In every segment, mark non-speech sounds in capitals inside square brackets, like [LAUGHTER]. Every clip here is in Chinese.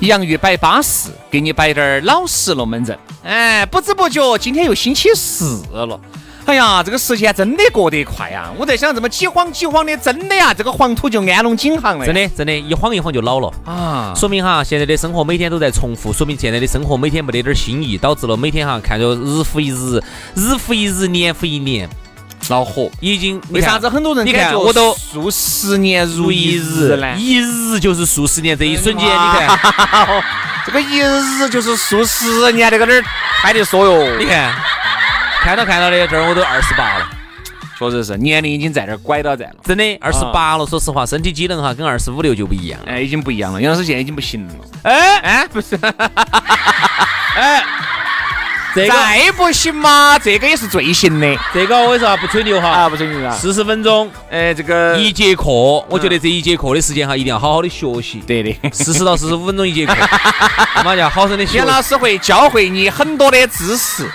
洋芋摆巴适，给你摆点儿老实龙门阵。哎，不知不觉今天又星期四了。哎呀，这个时间真的过得快啊！我在想，这么几晃几晃的，真的呀、这个黄土就安拢井行了。真的真的，一晃一晃就老了。啊，说明哈，现在的生活每天都在重复，说明现在的生活每天没得点儿新意，导致了每天哈看着日复一日，日复一日，年复一年，恼火。已经为啥子很多人你感看觉我都数十年如如一一日日呢？一日就是数十年，这一瞬间你看，看， [LAUGHS] 这个一日就是数十年，这个哪儿还得说哟？你看，看到看到的，这儿我都二十八了，确实是年龄已经在这儿拐到站了。真的二十八了。说实话，身体机能哈跟二十五六就不一样了。哎，已经不一样了，杨老师现在已经不行了。哎，哎，不是，这个再不行嘛，这个也是最行的这个我跟你说啊不吹牛哈，啊，不是你啊。四十分钟哎，这个一节课，我觉得这一节课的时间哈，一定要好好的学习。对的。四十到四十五分钟一节课，他妈叫好生的学严。老师会教会你很多的知 [LAUGHS] 识，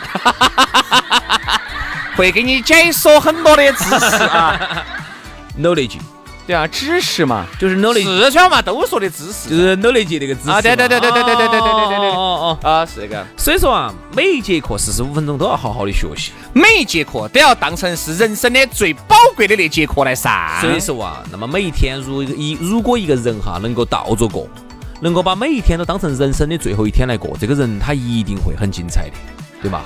会给你解说很多的知识啊。 knowledge [LAUGHS] 对啊，知识嘛，就是 knowledge，四川嘛都说的知识就是 knowledge 那个知识嘛。啊对对对对对对对对对对对对哦哦哦。啊，是这个。所以说啊，每一节课四十五分钟都要好好的学习。每一节课都要当成是人生的最宝贵的那节课来上。所以说啊，那么每一天如一个一如果一个人哈能够倒着过，能够把每一天都当成人生的最后一天来过，这个人他一定会很精彩的，对吧？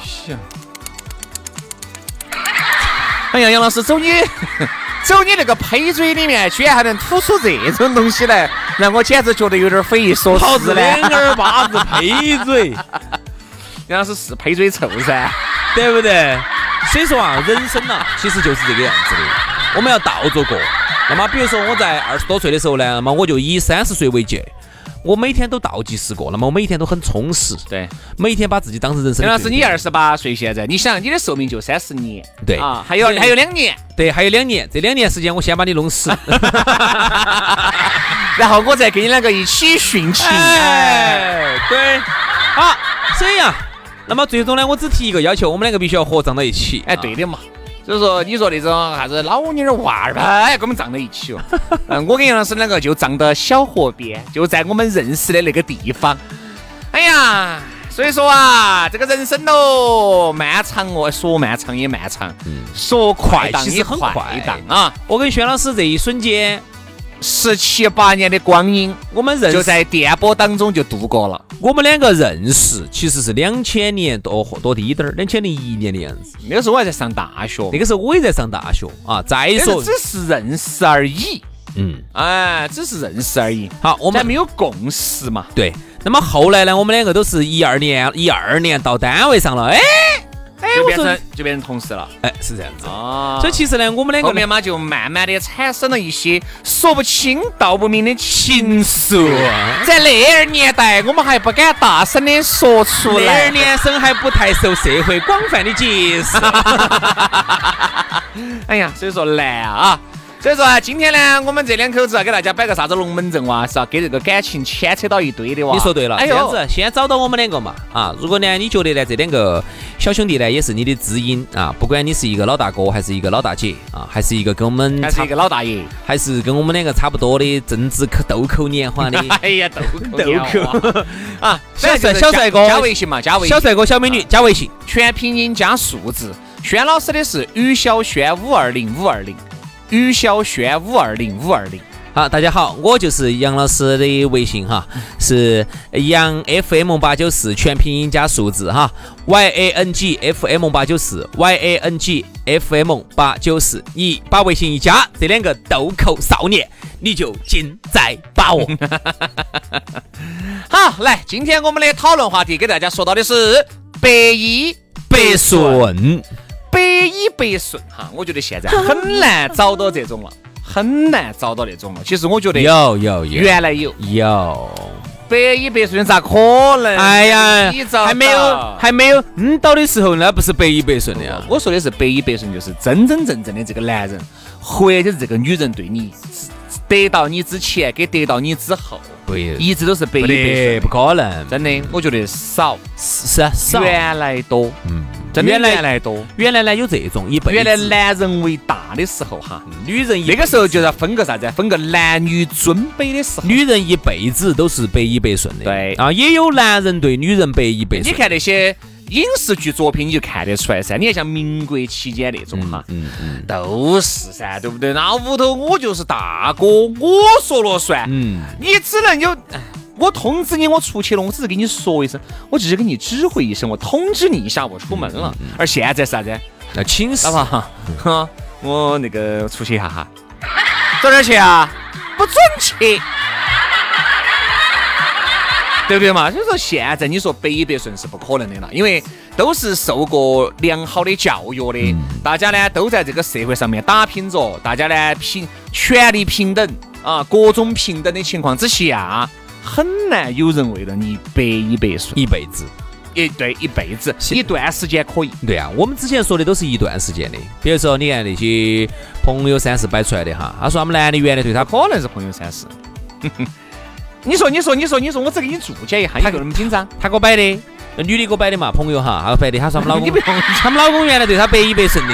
哎呀，杨老师，走 [LAUGHS] 你走你那个呸嘴里面，居然还能吐出这种东西来，让我简直觉得有点匪夷所思呢。耳巴子呸嘴，杨老师是呸嘴臭噻， [LAUGHS] 对不对？所以说啊，人生呐、其实就是这个样子的，我们要倒着过。那么，比如说我在二十多岁的时候呢，那么我就以三十岁为界，我每天都倒计时过，那么我每天都很充实，对。每天把自己当成人生杨的最后一天。老师，你二十八岁现在，你想你的寿命就三十年，对啊，还有对还有两年，对，还有两年，这两年时间我先把你弄死。 [LAUGHS] 然后我再跟你两个一起殉情。哎，，对，好，这样。那么最终呢，我只提一个要求，我们两个必须要合葬到一起。哎，对的嘛。所以说，你说那种啥子老妞儿娃儿哎，跟我们站到一 [LAUGHS] 起哦。嗯，我跟杨老师两个就站到小河边，就在我们认识的那个地方。哎呀，所以说啊，这个人生喽，漫长哦，说漫长也漫长，说快当嗯哎其实也很快快当啊。我跟轩老师这一瞬间，十七八年的光阴，我们认就识，在电波当中就度过了，我们两个认识其实是两千年多多低点儿，两千零一年的样子。那个时候我还在上大学，那个时候我也在上大学啊。再那说个，只是认识而已，嗯，哎，只是认识而已，好，我我们们没有共识嘛。对。那么后来呢，我们两个都是一二年，一二年到单位上了，哎，哎，就我变说，成就变成同事了哎，是这样子。啊所以其实呢，我们两后个呢面嘛就慢慢的产生了一些说不清道不明的情愫。啊在那儿年代，我们还不敢大声的说出那来儿。年生还不太受社会广泛的接受。哎呀，所以说难啊。所以说啊，今天呢，我们这两口子要啊给大家摆个啥子龙门阵哇，是要给这个感情牵扯到一堆的哇。你说对了，哎这呦样子先找到我们两个嘛啊！如果呢你觉得呢这两个小兄弟呢也是你的知音啊，不管你是一个老大哥还是一个老大姐啊，还是一个跟我们还是差一个老大爷。还是跟我们两个差不多的政治口豆蔻年 [LAUGHS] 华的哎呀，豆蔻豆蔻啊！小反正帅就是小加帅哥加微信嘛，加微信小。帅哥、小美女加微信，全拼音加数字。轩老师的是于小轩五二零五二零，于小轩五二零五二零。好，大家好，我就是杨老师的微信哈，是杨 FM 八九四全拼音加数字哈，Y A N G F M 八九四，Y A N G F M 八九四，一把微信一加，这两个豆蔻少年，你就尽在把握。好，来，今天我们的讨论话题给大家说到的是百依百 [LAUGHS] 顺，百依百顺哈，我觉得现在很难找到这种了，很难找到那种了。其实我觉得有有有原来有有，百依百顺，咋可能？哎呀你找，还没有到还没有嗯到的时候，那不是百依百顺的呀。我说的是百依百顺，就是真真正正的这个男人，或者是这个女人对你得到你之前跟得到你之后，不一直都是百依不百顺得，不。可能，真的，我觉得少，是啊少。原来多，嗯真的原来原来多。原来呢有这种一辈子，原来男人为大的时候哈，女人一那个时候就是要分个啥子？分个男女尊卑的时候。女人一辈子都是百依百顺的，对啊，也有男人对女人百依百顺。你看那些影视剧作品，你就看得出来噻。你看像民国期间那种哈，嗯嗯都是噻，对不对？那屋头我就是大哥，我说了算。嗯，你只能有，哎我通知你，我出去了，我只是跟你说一声，我只是跟你知会一声，我通知你一下，我出门了。嗯而现在是啥子？那寝室老婆，哈，哈，我那个出去一下哈，走哪儿去啊？不准去，对不对嘛？所以说现在你说百依百顺是不可能的了，因为都是受过良好的教育的，大家呢都在这个社会上面打拼着，大家呢平权利平等啊，各种平等的情况之下。很难有人为了你百依百顺，一辈子。一对一辈子，是一段时间可以，对啊，我们之前说的都是一段时间的，比如说你看那些朋友三四摆出来的哈，他说他们男的原来对他可能是朋友三四。 [LAUGHS] 你说，你说，你说，你说，我只给你注解一下，你就那么紧张？他给我摆的，那女的给我摆的嘛，朋友哈，他摆的，他说他们老你公 [LAUGHS] 不，用他们老公原来对她百依百顺的，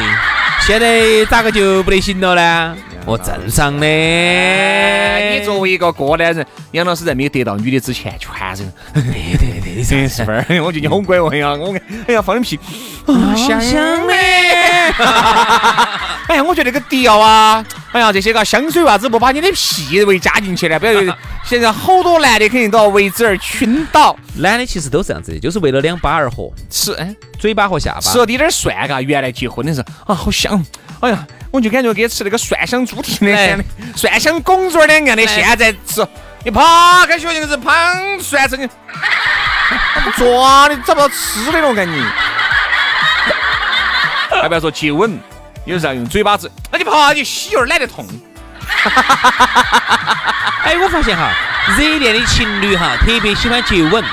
现在咋个就不得行 [LAUGHS] 了呢？我正常的，哎，你作为一个过来人，杨老师在没有得到女的之前，全是对对对，你真 [LAUGHS] 真是分儿。我觉得你好乖哦，哎呀，我哎呀，放你屁！香香的。 [LAUGHS] 哎呀，我觉得那个迪奥啊，哎呀，这些个香水为啥子不把你的屁味加进去呢？不要以 [LAUGHS] 为现在好多男的肯定都要为之而倾倒。男的其实都这样子的，就是为了两巴而活，是，哎，嘴巴和下巴。吃了滴点儿蒜，嘎，原来结婚的时候啊，好香，哎呀，我就感觉跟吃那个蒜香猪蹄那样的，蒜香拱嘴儿的样的，现在吃。你爬开学就是胖蒜子，你 [LAUGHS] 抓你找不到吃的了，赶紧。还不要说接吻，有时候用嘴巴子，那你爬你洗儿懒得痛。哎，我发现哈，热恋的情侣哈，特别喜欢接吻。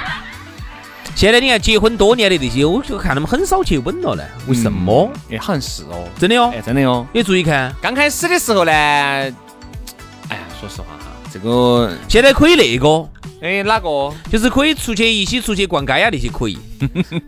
现在你看结婚多年的那些，我就看他们很少接吻了呢。为什么？？哎，好像是哦，真的哦哎，，真的哦。你注意看，刚开始的时候呢，哎呀，说实话哈，这个现在可以那个，哎哪个？就是可以出去一起出去逛街呀那些 [LAUGHS] 可以，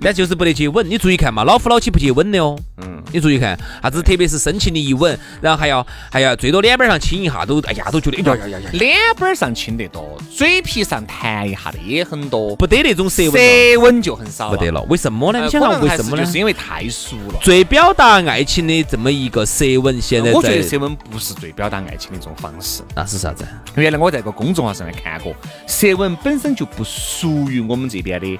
但就是不得接吻。你注意看嘛，老夫老妻不接吻的哦。嗯，你注意看，啥子特别是深情的一吻，然后还要还要最多脸板上亲一下，都哎呀都觉得哎呀呀呀呀，脸板儿上亲得多，嘴皮上弹一下的也很多，不得那种舌吻了，舌吻就很少不得了。了。为什么呢？呃你想可想能为还什是么呢就？是因为太熟了。最表达爱情的这么一个舌吻，现在我觉得在舌吻不是最表达爱情的一种方式。那是啥子？原来我在一个公众号上面看过，舌吻本身就不属于我们这边的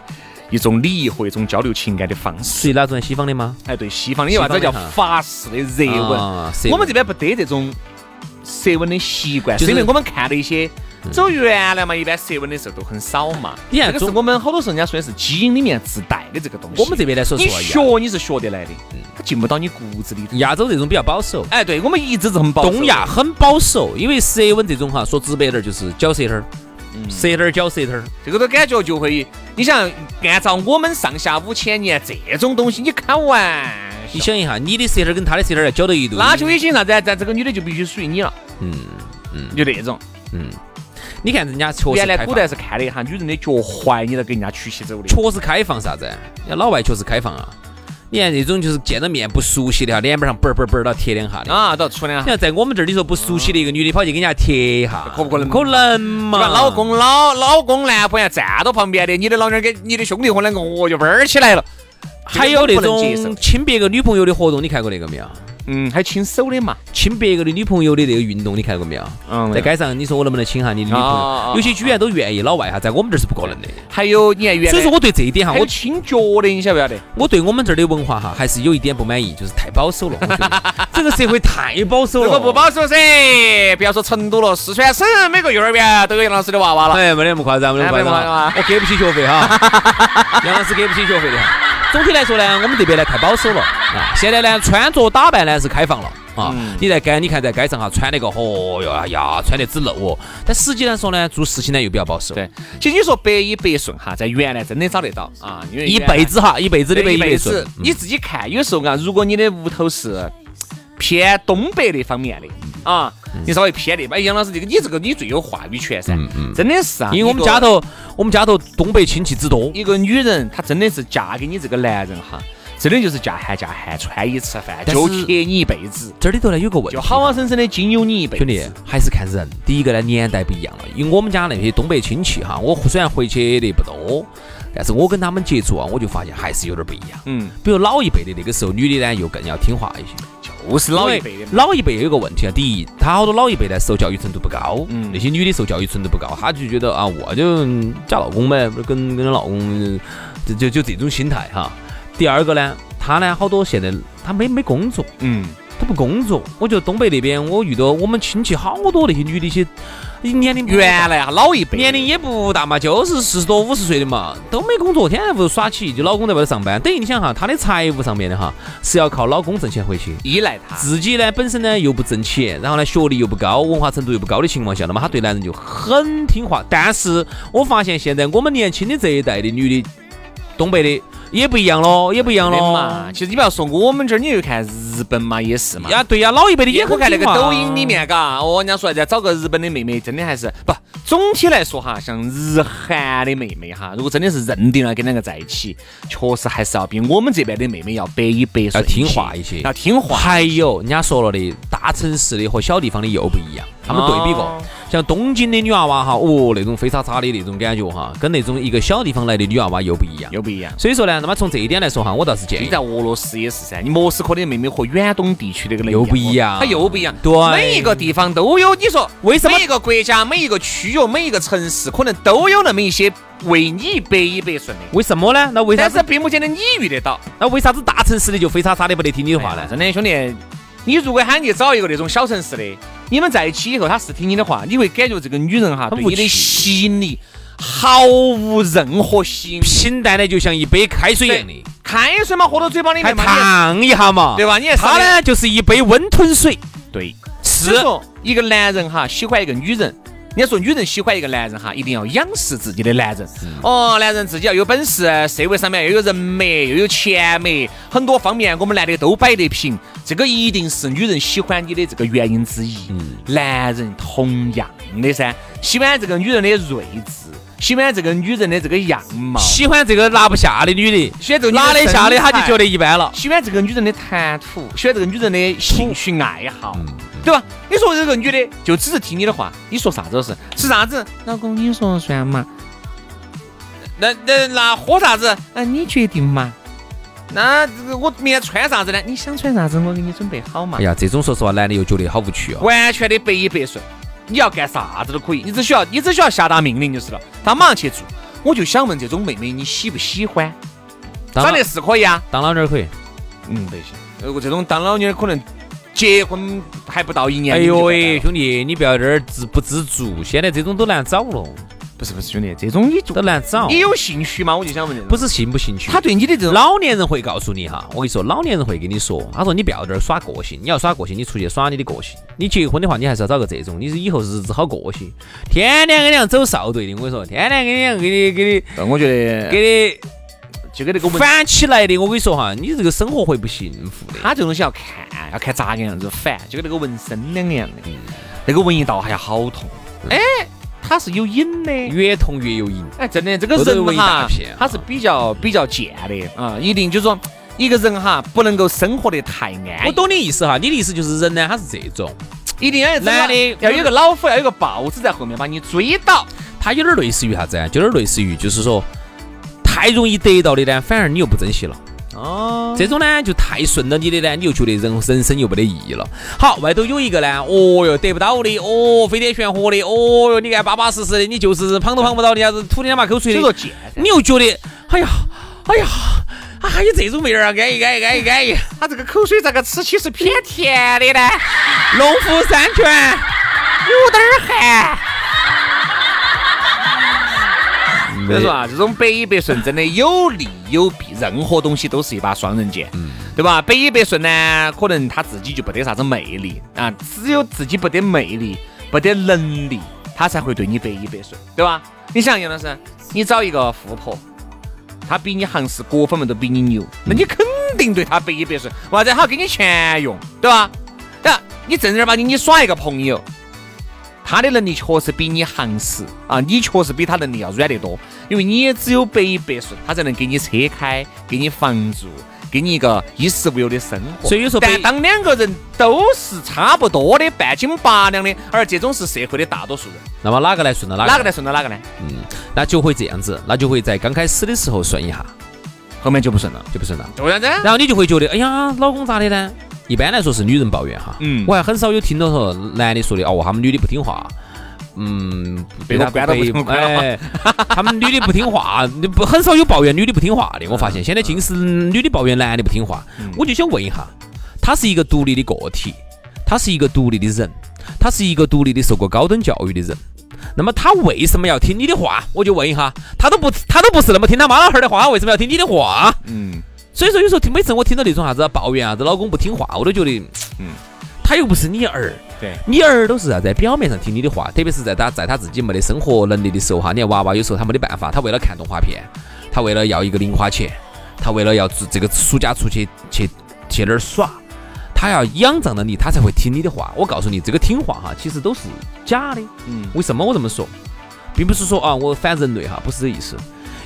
一种礼仪和一种交流情感的方式。属于哪种西方的吗？哎，对，西方的有啥子西叫方的哈法式的热吻？啊舌吻我们这边不得这种舌吻的习惯，就是嗯是因为我们看了一些。走原来嘛，一般舌吻的时候都很少嘛。你看这个是中我们好多时候人家说的是基因里面自带的这个东西。我们这边来说你实学话，嗯你是学得来的，它进不到你骨子里头。亚洲这种比较保守，哎，对，我们一直是很保守的嗯东亚很保守，因为舌吻这种哈，说直白点儿就是嚼舌头儿，嗯舌头儿嚼舌头儿，这个都感觉就会，你想按照我们上下五千年这种东西，你开玩你笑，想一下，你的舌头儿跟他的舌头儿要嚼到一度，那就已经啥子？在这个女的就必须属于你了，嗯，就那种。你看人家确实原来开古放，代是看的哈，女人的脚踝，你都给人家取起走的。确实开放啥子？人家老外确实开放啊。你看这种就是见到面不熟悉的哈，脸板上嘣儿嘣儿嘣儿的贴两下的。啊，都要出两你下。看在我们这儿，你说不熟悉的一个女的跑去给人家贴一下，可不可能可能嘛？把老公老老公男朋友站到旁边的，你的老娘跟你的兄弟伙两个，我就玩起来了。还有那这个都不能接受种亲别个女朋友的活动，你看过那个没有？嗯，还亲手的嘛，亲别个的女朋友的那个运动，你看过没有？嗯在街上，你说我能不能亲下你的女朋啊啊啊友？有些居然都愿意老外哈，在我们这儿是不可能的。还有你看原来，所以说我对这一点哈，还有我亲脚的，你晓不晓得？我对我们这儿的文化哈，还是有一点不满意，就是太保守了。我 [LAUGHS] 觉得这个社会太保守如了，果不。保守噻，不要说成都了，四川省每个幼儿园都有杨老师的娃娃了。哎，没得那么夸张，没得那哎没么夸得张那么夸啊，我给不起学费哈， [LAUGHS] 杨老师给不起学费的哈。总体来说呢，我们这边呢太保守了啊。现在呢，穿着打扮呢是开放了啊。嗯你在街，你看在街上哈，穿那个，哦哟哎呀，穿得之露哦。但实际来说呢，做事情呢又比较保守。对，其实你说百依百顺哈，在原来真的找得到啊，因为一原来辈子哈，一辈子的对被一辈顺子，。你自己看，有时候啊，如果你的屋头是偏东北那方面的啊，嗯你稍微偏那边，哎杨老师，这个你这个你最有话语权噻，真的是啊，嗯因为我们一个家头，我们家头东北亲戚之多。一个女人，她真的是嫁给你这个男人哈，真的就是嫁汉嫁汉，穿衣吃饭但就是贴你一辈子，这里头呢有个问题就哈，好好啊生生的经由你一辈子。兄弟，还是看人。第一个呢，年代不一样了，因为我们家那些东北亲戚哈，我虽然回去的不多，但是我跟他们接触啊，我就发现还是有点不一样。嗯，比如老一辈的那个时候，女的呢又更要听话一些。就是老一辈的嘛。老一辈有个问题啊，第一，他好多老一辈呢受教育程度不高，嗯那些女的受教育程度不高，她就觉得啊，我就嫁老公呗，跟跟老公就就就这种心态哈。第二个呢，她呢好多现在她没没工作，嗯，她不工作。我觉得东北那边我遇到我们亲戚好多那些女的一些年龄不原来啊，老一辈嗯年龄也不大嘛，就是四十多五十岁的嘛，都没工作，天天在屋头耍起，就老公在外头上班。等于你想哈，她的财务上面的哈是要靠老公挣钱回去。依赖他，自己呢本身呢又不挣钱，然后呢学历又不高，文化程度又不高的情况下，那么她对男人就很听话。但是我发现现在我们年轻的这一代的女的，东北的也不一样喽，也不一样对喽嘛。其实你不要说我们这儿，你就看日本嘛，也是嘛。哦呀，对呀，老一辈的也我很看那个听话抖音里，面，嘎，哦，人家说再找个日本的妹妹，真的还是不。总体来说哈，像日韩的妹妹哈，如果真的是认定了跟两个在一起，确实还是要比我们这边的妹妹要百依百顺一些，要听话一些要听话。还有人家说了的，大城市的和小地方的又不一样，他们对比过。哦像东京的女娃娃哈，哦，那种飞叉叉的那种感觉哈，跟那种一个小地方来的女娃娃又不一样。又不一样。所以说呢，那么从这一点来说哈，我倒是建你议在。俄罗斯也是噻，你莫斯科的妹妹和远东地区的那个又不一样它又不一样。对每一个地方都有。你说为什么每一个国家、每一个区域、每一个城市，可能都有那么一些为你百依百顺的，为什么呢？那为啥但子是并不见得你遇得到。那为啥子大城市的就非叉叉的不得听你的话哎呀呢？真的，兄弟，你如果喊你找一个那种小城市的，你们在一起以后，她是听你的话，你会感觉这个女人哈很对无你的趣吸引力毫无任何吸引力。平淡的就像一杯开水一样的，开水嘛，喝到嘴巴里还面嘛，你烫一下嘛，对吧你也是它呢就是一杯温吞水，对。是所以说，一个男人哈喜欢一个女人，人家说女人喜欢一个男人哈，一定要仰视自己的男人。嗯哦，男人自己要有本事，社会上面又有人脉，又有钱脉，很多方面我们男的都摆得平。这个一定是女人喜欢你的这个原因之一。嗯男人同样的噻，喜欢这个女人的睿智，喜欢这个女人的这个样貌，喜欢这个拿不下的女的，喜欢这个女人拿得下的他就身材觉得一般了。喜欢这个女人的谈吐，喜欢这个女人的兴趣爱好，对吧？你说这个女的就只是听你的话，你说啥子都是吃啥子，老公你说了算嘛？那那那喝啥子？嗯，你决定嘛。那这个我明天穿啥子呢？你想穿啥子，我给你准备好嘛哎。呀，这种说实话，男的又觉得好无趣哦。完全的百依百顺，你要干啥子都可以，你只需要你只需要下达命令就是了，她马上去做。我就想问这种妹妹，你喜不喜欢？当长得是可以啊，当老娘儿可以。嗯，不行。如果这种当老娘儿可能结婚还不到一年，哎呦喂，你就兄弟，你不要在这儿自不知足，现在这种都难找了，不是不是兄弟，这种你就都难找。你有兴趣吗？我就想问这种，不是是兴不兴趣？他对你的这种老年人会告诉你哈，我跟你说，老年人会跟你说，他说你不要在这儿耍个性，你要耍个性，你出去耍你的个性。你结婚的话，你还是要找个这种，你是以后日子好过些。天天跟你样走少队的，我跟你说，天天跟你样给你给老，我觉得你给就跟那个你文，反起来的，我跟你说哈，你这个生活会不幸福的。他这个东西要看，要看咋个样子反，就跟那个纹身两个样的，那个纹一道还好痛，嗯哎，他是有瘾的。越痛越有瘾，哎，真的，这个后头人纹一大哈片啊，他是比较比较贱的啊，一定就是说，一个人哈不能够生活得太安我逸，懂你意思哈，你的意思就是人呢，他是这种，一定要有男的要有一个老虎，要有一个豹子在后面把你追到。他有点类似于啥子啊？就有点类似于就是说，太容易得到的呢，反而你又不珍惜了。哦，这种呢就太顺了你的呢，你又觉得人人生又没得意义了。好，外头有一个呢，哦哟得不到的，哦飞天旋火的，哦哟你看巴巴适适的，你就是捧都捧不到的，啥子吐你两把口水所以说的，见你又觉得哎呀哎呀，啊还有这种妹儿啊，安逸安逸安逸安逸，他这个口水咋个吃起是偏甜的呢？农夫山泉。有点儿寒。所以说啊，这种百依百顺真的有利有弊，任何东西都是一把双刃剑，对吧？百依百顺呢，可能他自己就不得啥子魅力啊，只有自己不得魅力、不得能力，他才会对你百依百顺，对吧？你想杨老师，你找一个富婆，她比你行是各方面都比你牛，那你肯定对她百依百顺，为啥子好给你钱用，对吧？对吧，你正儿八经你耍一个朋友，他的能力确实比你行实啊，你确实比他能力要软得多，因为你也只有百依百顺，他才能给你车开，给你房住，给你一个衣食无忧的生活。所以有时候但百当两个人都是差不多的、半斤八两的，而这种是社会的大多数人，那么哪个来顺到哪个？哪个来顺到哪个呢？那就会这样子，那就会在刚开始的时候顺一下，后面就不顺了，就不顺了。为啥子？然后你就会觉得，哎呀，老公咋的呢？一般来说是女人抱怨哈，嗯我还很少有听到说男的说的，哦，他们女的不听话，嗯，被他关到不听话哎， [LAUGHS] 他们女的不听话，你不很少有抱怨女的不听啊话的。我发现现在尽是女的抱怨男的不听话。嗯我就想问一下，他是一个独立的个体，他是一个独立的人，他是一个独立的受过高等教育的人。那么他为什么要听你的话？我就问一下，他都不他都不是那么听他妈老汉儿的话，他为什么要听你的话？嗯，所以说有时候听每次我听到那种啥子抱怨啥啊子老公不听话，我都觉得，嗯嗯，他又不是你儿，对，你儿都是啥子，在表面上听你的话，特别是在他在他自己没得生活能力的时候哈，你看娃娃有时候他没得办法，他为了看动画片，他为了要一个零花钱，他为了要这个暑假出去去去哪儿耍。他要仰仗着你，他才会听你的话。我告诉你，这个听话哈，其实都是假的。嗯为什么我这么说？并不是说啊，我反人类哈，不是这意思。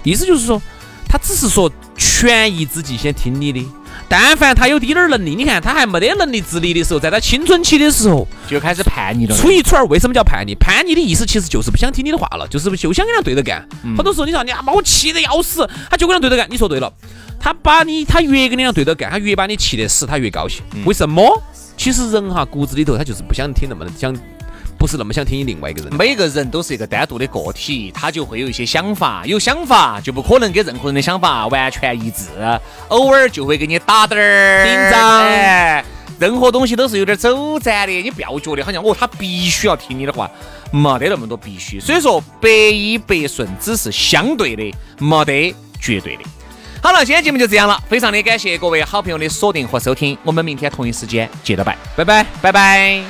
意思就是说，他只是说权宜之计先听你的。但凡他有滴点儿能力，你看他还没得能力自立的时候，在他青春期的时候，就开始叛逆了。初一初二为什么叫叛逆？叛逆的意思其实就是不想听你的话了，就是就想跟他对着干。很多时候你说你啊把我气得要死，他就跟他对着干。你说对了，他把你他越跟你俩对着干，他越把你气得死，他越高兴。为什么？其实人哈骨子里头他就是不想听那么想，不是那么想听你另外一个人的。每个人都是一个单独的个体，他就会有一些想法，有想法就不可能跟任何人的想法完全一致，偶尔就会给你打点儿顶撞哎，任何东西都是有点走展的，你不要觉得好像哦，他必须要听你的话，没得那么多必须。所以说，百依百顺只是相对的，没得绝对的。好了，今天节目就这样了，非常的感谢各位好朋友的锁定和收听，我们明天同一时间接着拜，拜拜。拜拜。